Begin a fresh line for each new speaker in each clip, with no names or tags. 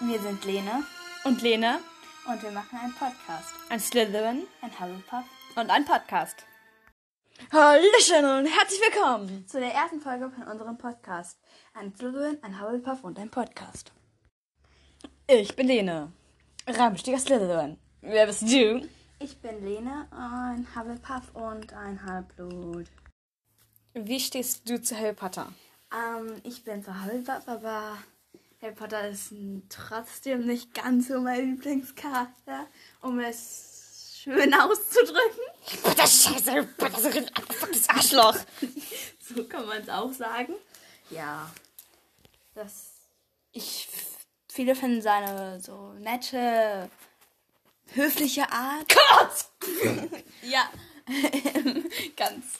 Wir sind Lene
und Lena,
und wir machen einen Podcast.
ein Slytherin
Ein Hufflepuff.
und ein Podcast. Hallöchen und herzlich willkommen.
Zu der ersten Folge von unserem Podcast. Ein Slytherin, ein Hufflepuff und ein Podcast.
Ich bin Lene, Rammstiger Slytherin. Wer bist du?
Ich bin Lene, ein Hufflepuff und ein Halbblut.
Wie stehst du zu Harry Potter?
Ähm, ich bin zwar Hufflepuff, aber Harry Potter ist n- trotzdem nicht ganz so mein Lieblingscharakter, um es schön auszudrücken.
Potter Scheiße, Harry Potter ist ein abgefucktes Arschloch.
So kann man es auch sagen. Ja. Das. Ich. Viele finden seine so nette, höfliche Art.
Gott!
Ja. Ganz.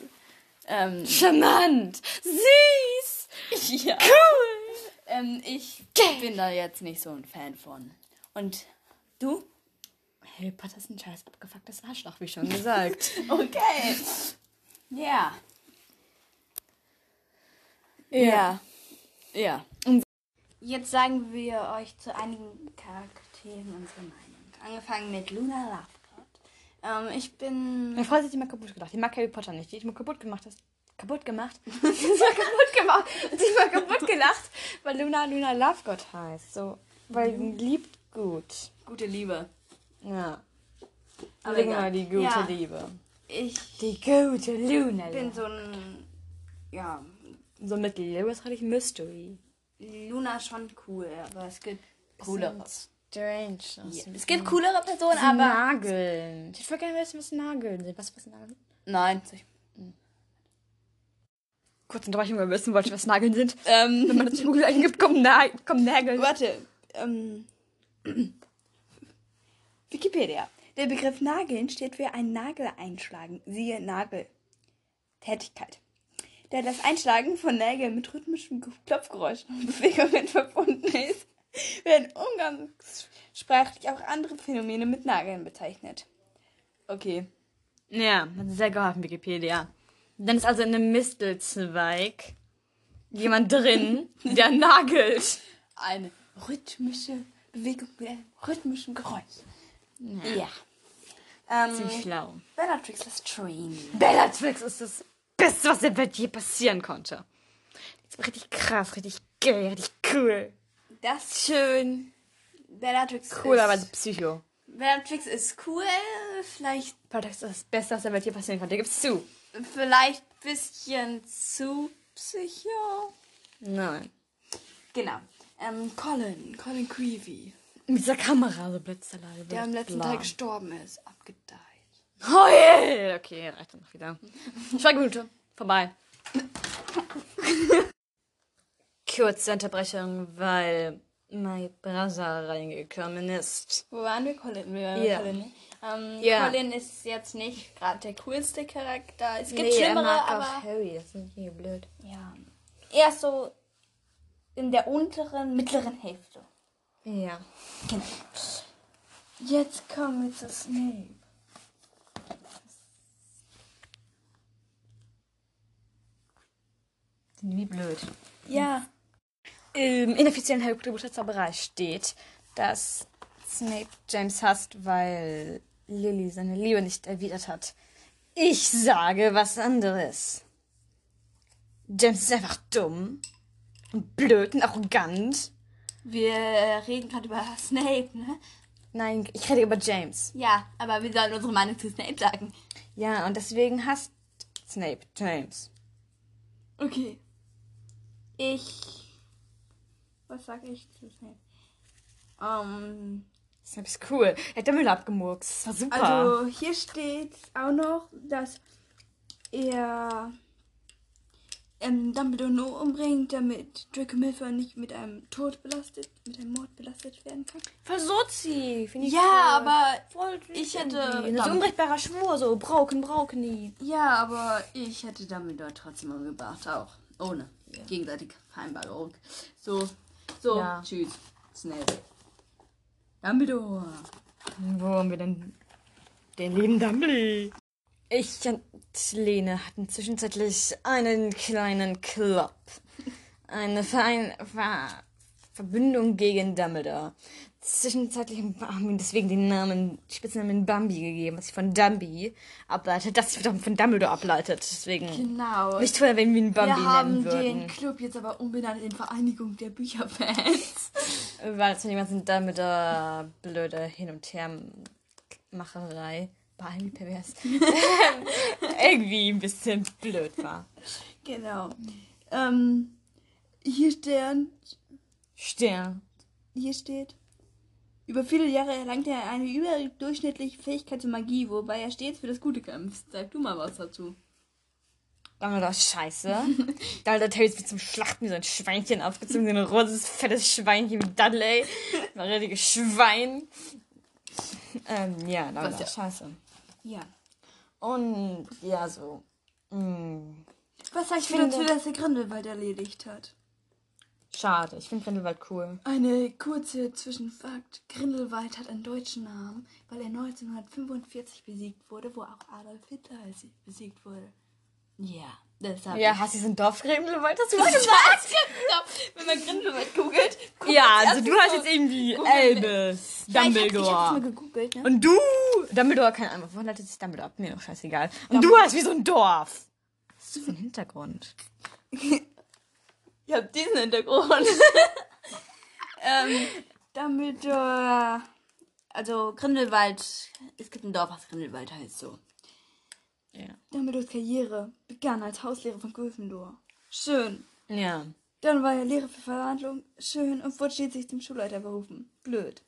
Ähm,
Charmant, süß,
ja.
cool.
Ähm, ich bin da jetzt nicht so ein Fan von. Und du?
Harry Potter ist ein scheiß abgefucktes Arschloch, wie schon gesagt.
Okay. Ja.
ja. Ja.
Jetzt sagen wir euch zu einigen Charakteren unsere Meinung. Angefangen mit Luna Lovegood. Ähm, ich bin.
Meine Frau hat sich immer kaputt gedacht. Die mag Harry Potter nicht. Die ich mal kaputt gemacht hast. Kaputt gemacht? die ist mal kaputt gemacht. Die ist mal kaputt gelacht, weil Luna Luna Lovegood heißt. So, weil sie liebt gut.
Gute Liebe.
Ja.
Aber
Legen
egal.
wir die gute
Ja.
Liebe.
Ich
Die gute Luna.
bin so ein. Ja,
so mit Lewis hatte ich halt Mystery.
Luna ist schon cool, aber es gibt
Cooleres. Strange.
Ja.
Yeah.
Es gibt coolere Personen,
Aber
aber.
Nageln. Ich würde gerne wissen, was Nageln sind. Was, was Nageln?
Nein.
Kurz Unterbrechung, weil wir wissen wollten, was Nageln sind.
Ähm.
Wenn man das in Google eingibt, kommen Na kommen Nägel.
Warte, ähm. Wikipedia. Der Begriff Nageln steht für ein Nagel einschlagen, siehe Nagel. Tätigkeit. Da das Einschlagen von Nägeln mit rhythmischen Ge- Klopfgeräuschen und Bewegungen verbunden ist, werden umgangssprachlich auch andere Phänomene mit Nageln bezeichnet. Okay.
Ja, hat sehr geholfen, Wikipedia. Dann ist also in einem Mistelzweig jemand drin, der nagelt.
Eine rhythmische Bewegung mit einem rhythmischen Geräusch. Ja.
Ziemlich
Ähm,
schlau.
Bellatrix Lestrange.
Bellatrix ist das Beste, was der Welt je passieren konnte. Das war richtig krass, richtig geil, richtig cool.
Das
Schön.
Bellatrix
Cool,
ist,
aber Psycho.
Bellatrix ist cool, vielleicht
Bellatrix ist das Beste, was der Welt je passieren konnte. Gib's zu.
vielleicht bisschen zu psycho.
Nein.
Genau. Ähm, Colin, Colin Creevy,
Mit dieser Kamera, so blitzerlade.
der am letzten Tag gestorben ist, abgedeiht.
Heul! Oh, Okay, reicht dann noch wieder. Zwei Minuten. Vorbei. Kurze Unterbrechung, weil mein Brother reingekommen ist.
Wo waren wir? Colin, wir waren
Ja.
bei Colin. Ähm,
Ja.
Colin ist jetzt nicht gerade der coolste Charakter. Es gibt
Nee, er
schlimmere,
mag
aber
auch Harry, das ist nicht hier blöd.
ja. eher so in der unteren, mittleren Hälfte.
Ja.
Genau. Jetzt kommen wir zu Snape.
Sind wie blöd.
Ja.
Im inoffiziellen Harry Potter Bücherzauberei steht, dass Snape James hasst, weil Lily seine Liebe nicht erwidert hat. Ich sage was anderes. James ist einfach dumm und blöd und arrogant.
Wir äh, reden gerade über Snape, ne?
Nein, ich rede über James.
Ja, aber wir sollen unsere Meinung zu Snape sagen.
Ja, und deswegen hasst Snape James.
Okay. Ich. Was sag ich zu Snape? Ähm.
Snape ist cool. Er hat Dumbledore abgemurkst. Das war super.
Also, hier steht auch noch, dass er. Ähm, Dumbledore nur umbringt, damit Draco Malfoy nicht mit einem Tod belastet, mit einem Mord belastet werden kann. Äh,
voll Sozi. Finde
Ja,
cool.
aber
Voll süß
ich hätte-
irgendwie. So unbrechbarer Schwur, so broken, broken nie.
Ja, aber ich hätte Dumbledore trotzdem umgebracht, auch. Ohne. Gegenseitige Vereinbarung. So, so,
Ja.
tschüss. Snape. Dumbledore.
Wo haben wir denn den lieben Dumbly? Ich und Lene hatten zwischenzeitlich einen kleinen Club. Eine Verein Ver Verbündung gegen Dumbledore. Zwischenzeitlich hat Armin deswegen den Namen, Spitznamen Bambi gegeben, was sich von Dumbi ableitet, das sich wiederum von Dumbledore ableitet. Deswegen
Genau.
nicht toll, wenn wir ihn Bambi
wir haben
nennen würden.
den Club jetzt aber umbenannt in Vereinigung der Bücherfans.
Weil es mit jemandem Dumbledore blöde Hin- und Her-Macherei war irgendwie pervers. irgendwie ein bisschen blöd war.
genau. Ähm, hier stehen,
Stern.
Hier steht. Über viele Jahre erlangt er eine überdurchschnittliche Fähigkeit zur Magie, wobei er stets für das Gute kämpft. Sag du mal was dazu.
Dumbledore ist scheiße. Dumbledore Terrys wird zum Schlachten wie so ein Schweinchen aufgezogen. So ein rotes, fettes Schweinchen wie Dudley. Ein richtiges Schwein. Ähm, ja, Dumbledore ist scheiße.
Ja.
Und ja, so. Mm,
Was sagst du
finde-
dazu, dass er Grindelwald erledigt hat?
schade. Ich finde Grindelwald cool.
Eine kurze Zwischenfakt. Grindelwald hat einen deutschen Namen, weil er 1945 besiegt wurde, wo auch Adolf Hitler als- besiegt wurde. Ja, deshalb.
Ja, hast du diesen Dorf Grindelwald? Hast du mal gesagt?
Wenn man Grindelwald googelt, guckt
Ja,
als
also du
erstes
hast
so-
jetzt irgendwie
Guck mal,
Elvis,
Ja, ich hab- Ich hab's mal
Dumbledore.
gegoogelt, ne?
Und du, Dumbledore, keine Ahnung, wovon leitet sich Dumbledore ab? Mir doch scheißegal. Und du hast wie so ein Dorf. Was ist das für ein Hintergrund?
Ich habe diesen Hintergrund. ähm, damit, äh, also Grindelwald, es gibt ein Dorf, was Grindelwald heißt, so.
Ja.
Dumbledores Karriere begann als Hauslehrer von Gryffindor. Schön.
Ja.
Dann war er Lehrer für Verhandlung. Schön. Und wurde schließlich zum Schulleiter berufen. Blöd.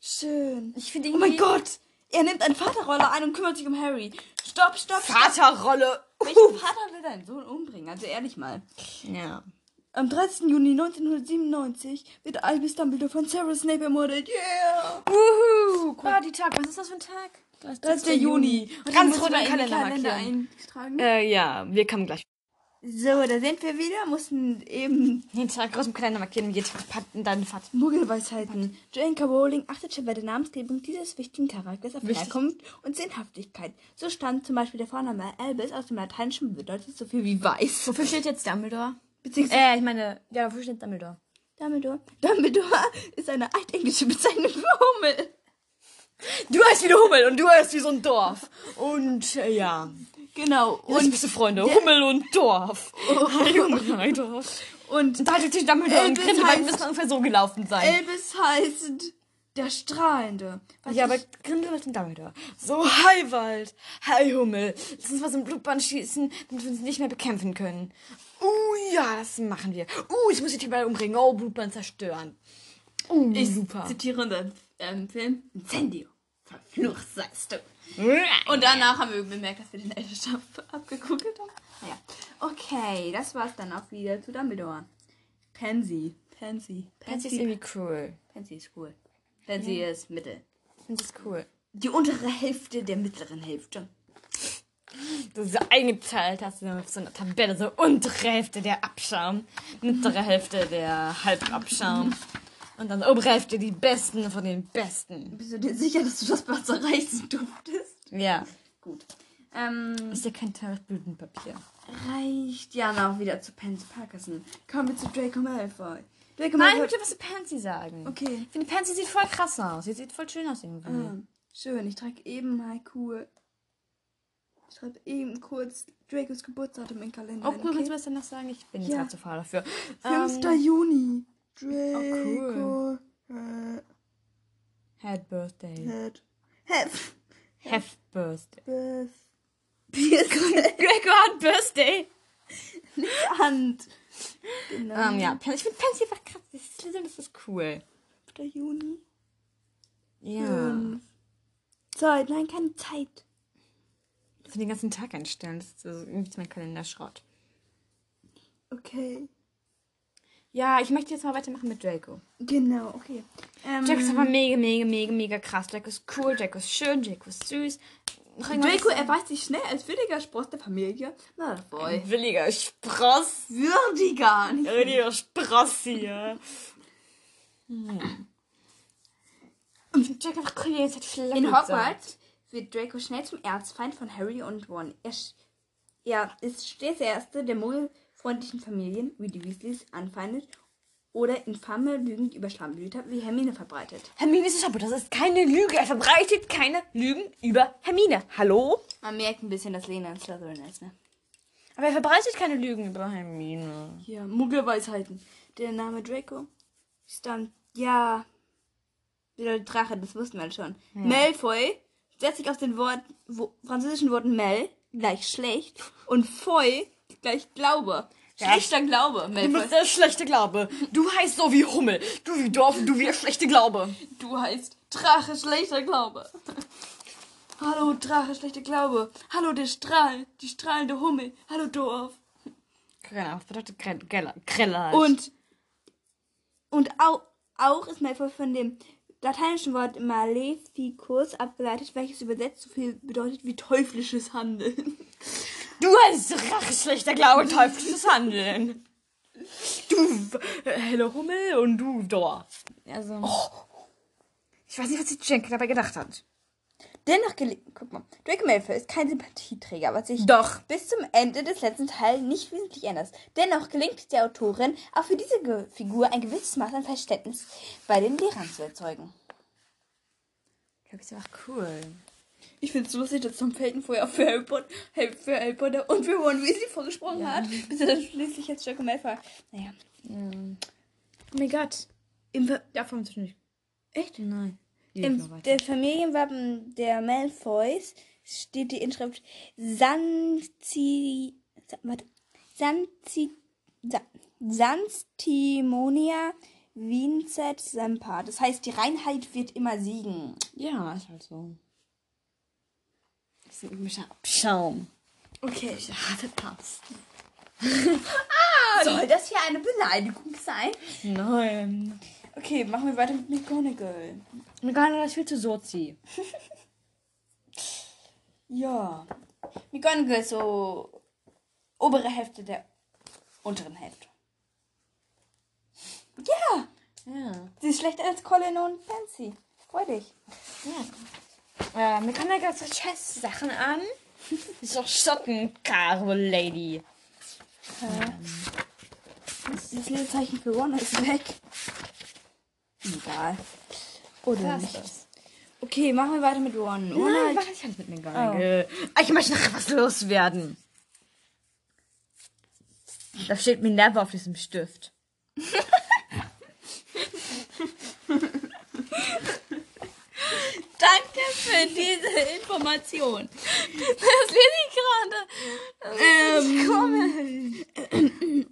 Schön.
Ich finde
Oh mein Gott! Er nimmt eine Vaterrolle ein und kümmert sich um Harry. Stopp, stopp, stopp.
Vaterrolle.
Welchen Vater will dein Sohn umbringen? Also ehrlich mal.
Ja.
Am 13. Juni 1997 wird Albus Dumbledore von Severus Snape ermordet. Yeah!
Wuhu. Partytag. Was ist das für ein Ah, Tag? Das
Das ist der Juni. Und den
Ganz
muss
rot
man
im
in den
Kalender markieren.
eintragen.
Äh, ja, wir kommen gleich.
So, da sind wir wieder. Mussten eben
Den Tag groß im Kalender markieren. Geht deine Fahrt.
Muggelweisheiten. J.K. Rowling achtet schon bei der Namensgebung dieses wichtigen Charakters auf
Wichtig.
Herkunft und Sinnhaftigkeit. So stammt zum Beispiel der Vorname Albus aus dem Lateinischen und bedeutet so viel wie weiß.
Wofür steht jetzt Dumbledore?
Beziehungsweise
Äh, ich meine, ja, wofür steht Dumbledore?
Dumbledore. Dumbledore ist eine altenglische Bezeichnung für Hummel.
Du heißt wie eine Hummel und du heißt wie so ein Dorf. Und äh, ja.
Genau.
Und
Und,
beste Freunde, Hummel und Dorf. Harry und Reiter.
und
Da hatte sich Dumbledore und
Elvis
Äh, Grindelwald
heißt-
müssen ungefähr so gelaufen sein.
Elvis heißt der Strahlende. Was
ja, aber
ich,
Grindelwald und Dumbledore. Äh, So, hi Wald, hi Hummel. Lass uns was im Blutband schießen, damit wir uns nicht mehr bekämpfen können. Uh, ja, das machen wir. Uh, ich muss die Typen alle umbringen. Oh, Blutband zerstören. Uh,
ich
super.
zitiere unseren ähm, Film Incendio. Verflucht seist du.
Und
Und danach haben wir bemerkt, dass wir den Elderstab abgegoogelt haben. Naja. Okay, das war's dann auch wieder zu Dumbledore. Pansy. Pansy.
Pansy ist irgendwie cool.
Pansy ist cool. Pansy ist Mittel.
Ich finde das cool.
Die untere Hälfte der mittleren Hälfte.
Das ist so eingeteilt, hast du auf so einer Tabelle so untere Hälfte der Abschaum, mittlere Hälfte der Halbabschaum und dann obere Hälfte die Besten von den Besten.
Bist du dir sicher, dass du das Platz erreichen durftest?
Ja.
Gut. Ähm,
Ist ja kein teures Blütenpapier.
reicht ja noch wieder zu Pansy Parkinson. Kommen wir zu Draco Malfoy. Draco
Nein, ich
Malfoy.
möchte was zu Pansy sagen.
Okay.
Ich finde, Pansy sieht voll krass aus. Sie sieht voll schön aus irgendwie.
Ah, schön, ich trage eben mal cool. Ich schreibe eben kurz Dracos Geburtsdatum in den Kalender.
Oh,
ein,
cool, kannst
okay?
du mir das danach sagen? Ich bin
Ja.
jetzt gerade zu faul dafür.
5.
Ähm,
Juni. Draco.
cool.
äh,
Happy Birthday.
hat- Have
Happy Birthday.
birth. Pierce
Draco hat Birthday.
Hand. Genau.
Ähm, ja, Pan- ich finde Pansy einfach krass. Das ist, das ist cool.
5. Juni.
Ja.
Fünf. Zeit, nein, keine Zeit.
für den ganzen Tag einstellen. Das ist so irgendwie mein Kalenderschrott.
Okay.
Ja, ich möchte jetzt mal weitermachen mit Draco.
Genau, okay. Ähm,
Draco ist aber mega, mega, mega, mega krass. Draco ist cool, Draco ist schön, Draco ist süß. Noch irgendwas-
Draco erweist sich schnell als williger Spross der Familie. Na, boy.
Ein williger Spross.
Würdiger. nicht
Ein Williger Spross hier. Hm. Und Draco einfach cool, jetzt hat Flamme
In Hogwarts wird Draco schnell zum Erzfeind von Harry und Ron. Er, sch- er ist stets der erste der muggelfreundlichen Familien, wie die Weasleys, anfeindet oder infame Lügen über Schlammblüter wie Hermine verbreitet.
Hermine ist Schabu, das ist keine Lüge. Er verbreitet keine Lügen über Hermine. Hallo?
Man merkt ein bisschen, dass Lena ein Slytherin ist, ne?
Aber er verbreitet keine Lügen über Hermine.
Ja, Muggelweisheiten. Der Name Draco stammt, ja, der Drache, das wussten wir schon. Malfoy setzt sich aus den Wort, wo, französischen Worten Mel gleich schlecht und Foy gleich Glaube.
Ja.
Schlechter Glaube,
Du
Malfoy.
bist der schlechte Glaube. Du heißt so wie Hummel. Du wie Dorf, du wie der schlechte Glaube.
Du heißt Drache, schlechter Glaube. Hallo, Drache, schlechter Glaube. Hallo, der Strahl, die strahlende Hummel. Hallo, Dorf.
Kreller, was bedeutet Krell- Kreller? Kreller.
Und, und auch, auch ist Malfoy von dem lateinischen Wort Maleficus abgeleitet, welches übersetzt so viel bedeutet wie teuflisches Handeln.
Du heißt Rache, schlechter Glaube, und teuflisches Handeln. Du äh, helle Hummel und du Dorf.
Also.
Ich weiß nicht, was die Jenke dabei gedacht hat.
Dennoch gelingt. Guck mal, Draco Malfoy ist kein Sympathieträger, was sich
Doch.
bis zum Ende des letzten Teils nicht wesentlich anders. Dennoch gelingt der Autorin, auch für diese Ge Figur ein gewisses Maß an Verständnis bei den Lehrern zu erzeugen.
Ich glaube, ist einfach cool.
Ich finde es lustig, dass Tom Felton vorher für Harry, Potter, für Harry Potter und für Ron Weasley vorgesprochen hat, bis er dann schließlich jetzt Draco Malfoy. Naja,
Oh mein Gott.
im, Ver
Davon natürlich nicht.
Echt?
Nein.
Im der Familienwappen der Malfoys steht die Inschrift Sanzi, Sa- warte, Sanzi, Sa- Sanstimonia Vincet Semper. Das heißt, die Reinheit wird immer siegen.
Ja, ist halt so. Das ist ein gemischter Abschaum.
Okay.
Ich hasse Puffs.
Soll das hier eine Beleidigung sein?
Nein.
Okay, machen wir weiter mit McGonagall.
Egal, das wird zu Sozi.
Ja. McGonagall ist so obere Hälfte der unteren Hälfte. Ja.
Ja.
Sie ist schlechter als Colin und Fancy. Freu dich.
Äh, mir kann da ganz so Chess-Sachen an. ist doch Schottenkaro, Lady.
Das Lesezeichen für One ist weg. Egal. Oder nicht.
das.
Okay, machen wir weiter mit One.
Nein,
One
mach ich halt mit mir gar nicht. Ich möchte noch was loswerden. Da steht mir Never auf diesem Stift.
Danke für diese Information.
Das lese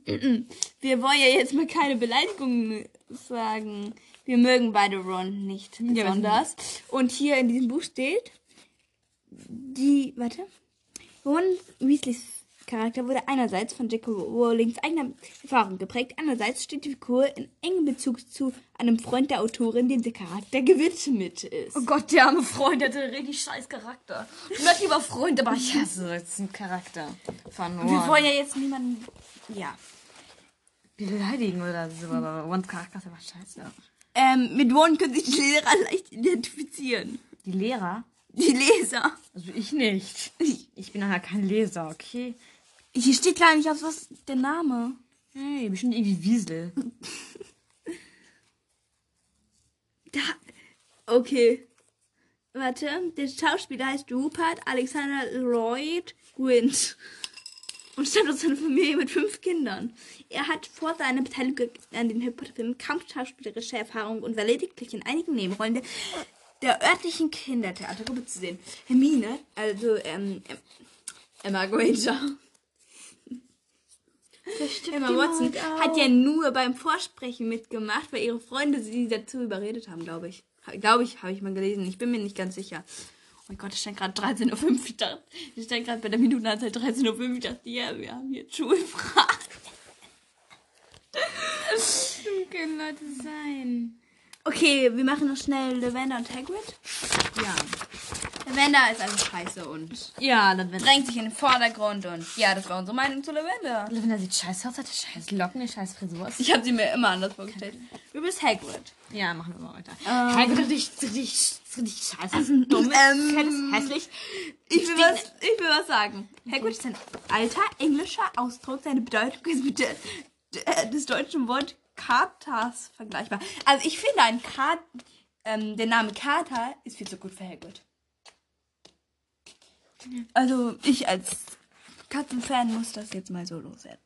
Ähm, wir wollen ja jetzt mal keine Beleidigungen sagen. Wir mögen beide Ron nicht
wir
besonders. Und hier in diesem Buch steht, die, warte, Ron Weasleys Charakter wurde einerseits von J.K. Rowlings eigener Erfahrung geprägt, andererseits steht die Figur in engem Bezug zu einem Freund der Autorin, dem der Charakter gewidmet ist.
Oh Gott, der arme Freund der hatte richtig scheiß Charakter. Ich mag lieber Freund, aber ich hasse jetzt einen Charakter. Von
Wir wollen ja jetzt niemanden, ja.
beleidigen oder so, aber Ones Charakter ist einfach scheiße.
Ähm, mit Ron können sich die Lehrer leicht identifizieren.
Die Lehrer?
Die Leser.
Also ich nicht. Ich bin nachher kein Leser, okay?
Hier steht gar nicht auf was der Name.
Hey, bestimmt irgendwie Wiesel.
Da. Okay. Warte, der Schauspieler heißt Rupert Alexander Lloyd Gwynn und stammt aus einer Familie mit fünf Kindern. Er hat vor seiner Beteiligung an den Harry Potter-Filmen kaum schauspielerische Erfahrung und war lediglich in einigen Nebenrollen der, der örtlichen Kindertheatergruppe zu sehen. Hermine, also ähm, Em- Emma Granger. Emma Watson hat ja nur beim Vorsprechen mitgemacht, weil ihre Freunde sie dazu überredet haben, glaube ich. Ha- Glaube ich, habe ich mal gelesen. Ich bin mir nicht ganz sicher. Oh mein Gott, es stand gerade 13.05 Uhr. Ich dachte- Es stand gerade bei der Minutenanzahl 13.05 Uhr. Ich dachte, ja, wir haben jetzt Schulfragen.
Können Leute sein.
Okay, wir machen noch schnell Lavender und Hagrid.
Ja.
Lavender ist also scheiße und
Ja, dann wird.
drängt sich in den Vordergrund. Und ja, das war unsere Meinung zu Lavender.
Wenn er sieht scheiße aus, hat er scheiß Locken, eine scheiß Frisur.
Ich habe sie mir immer anders vorgestellt. Du bist Hagrid.
Ja, machen wir mal weiter. Ähm. Halt richtig, richtig, richtig scheiße. Das ist dumm.
Ähm.
Das ist hässlich.
Ich will, was, ich will was sagen. Hagrid ist ein alter englischer Ausdruck. Seine Bedeutung ist mit der, der, äh, des deutschen Wort Katas vergleichbar. Also ich finde ein Kat ähm, der Name Kater ist viel zu gut verhagelt. Also ich als Katzenfan muss das jetzt mal so loswerden.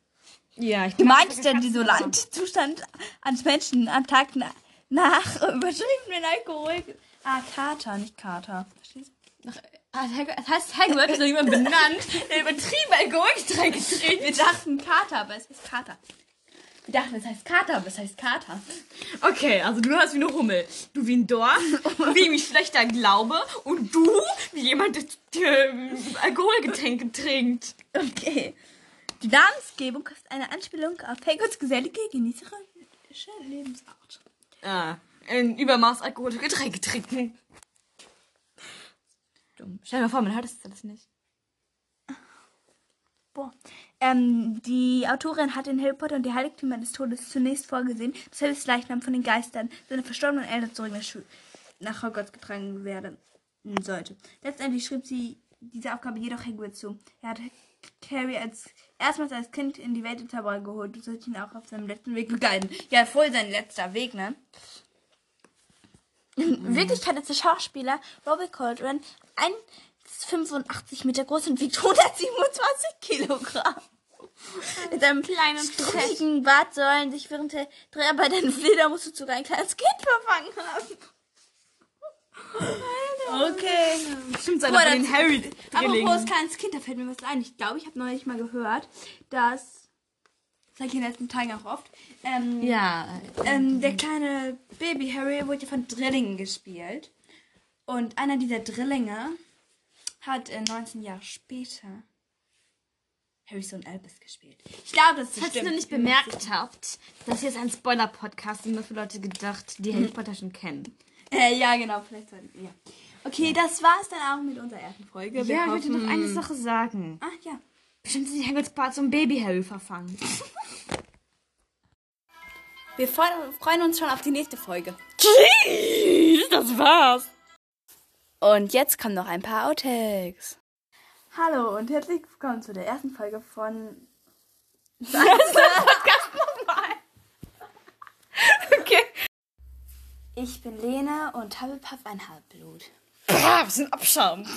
Ja, ich
Du
mag
meinst
sogar
denn den
Katzen-
Zustand eines Menschen am Tag na nach überschriebenen Alkohol? Ah, Kater, nicht Kater. Verstehst du?
Ah, Hag- Das heißt, Hagrid ist doch jemand benannt, der übertrieben Alkoholgetränk getrunken
Wir dachten Kater, aber es ist Kater. Wir dachten, es heißt Kater, aber es heißt Kater.
Okay, also du hast wie eine Hummel. Du wie ein Dorf, wie mich schlechter Glaube und du wie jemand, der ähm, Alkoholgetränke trinkt.
Okay. Die Namensgebung ist eine Anspielung auf Hagrids gesellige, genießerische Lebensart.
Ah, in Übermaß Alkoholgetränke trinken. Dumm. Stell dir mal vor, man hört das alles nicht.
Boah. Ähm, die Autorin hat in Harry Potter und die Heiligtümer des Todes zunächst vorgesehen, dass Harrys Leichnam von den Geistern seiner verstorbenen Eltern zurück nach, Schu- nach Hogwarts getragen werden sollte. Letztendlich schrieb sie diese Aufgabe jedoch Hagrid zu. Er hat Harry als erstmals als Kind in die Welt der Zauberer geholt und sollte ihn auch auf seinem letzten Weg begleiten. Ja, voll sein letzter Weg, ne? In Wirklichkeit ist der Schauspieler Robert Caldron 1,85 Meter groß und wiegt 127 Kilogramm. Mit seinem kleinen struppigen Bart sollen sich während der Dreharbeiten ein Fledermuskel sogar ein kleines Kind verfangen haben. Okay.
Bestimmt
Boah,
seiner von
das-
den Harry
Apropos
Drillingen.
kleines Kind, da fällt mir was ein. Ich glaube, ich habe neulich mal gehört, dass, sag ich in den letzten Tagen auch oft, ähm,
Ja,
ähm, der kleine Baby Harry wurde ja von Drillingen gespielt. Und einer dieser Drillinge hat äh, 19 Jahre später Harrison Elvis gespielt. Ich glaube, das ist
Falls ihr noch nicht bemerkt habt, das ist jetzt ein Spoiler-Podcast, nur für Leute gedacht, die Harry Potter schon kennen.
Äh, ja, genau, vielleicht sollten ja. Okay, das war's dann auch mit unserer ersten Folge. Wir
Ja, ich
hoffen-
wollte noch eine Sache sagen.
Ach ja.
Bestimmt sind die Hagrids Part zum Baby-Harry verfangen.
Wir freuen freuen uns schon auf die nächste Folge.
das war's.
Und jetzt kommen noch ein paar Outtakes. Hallo und herzlich willkommen zu der ersten Folge von.
Okay.
Ich bin Lena und Hufflepuff ein Halbblut.
Brav, sind Abschaum.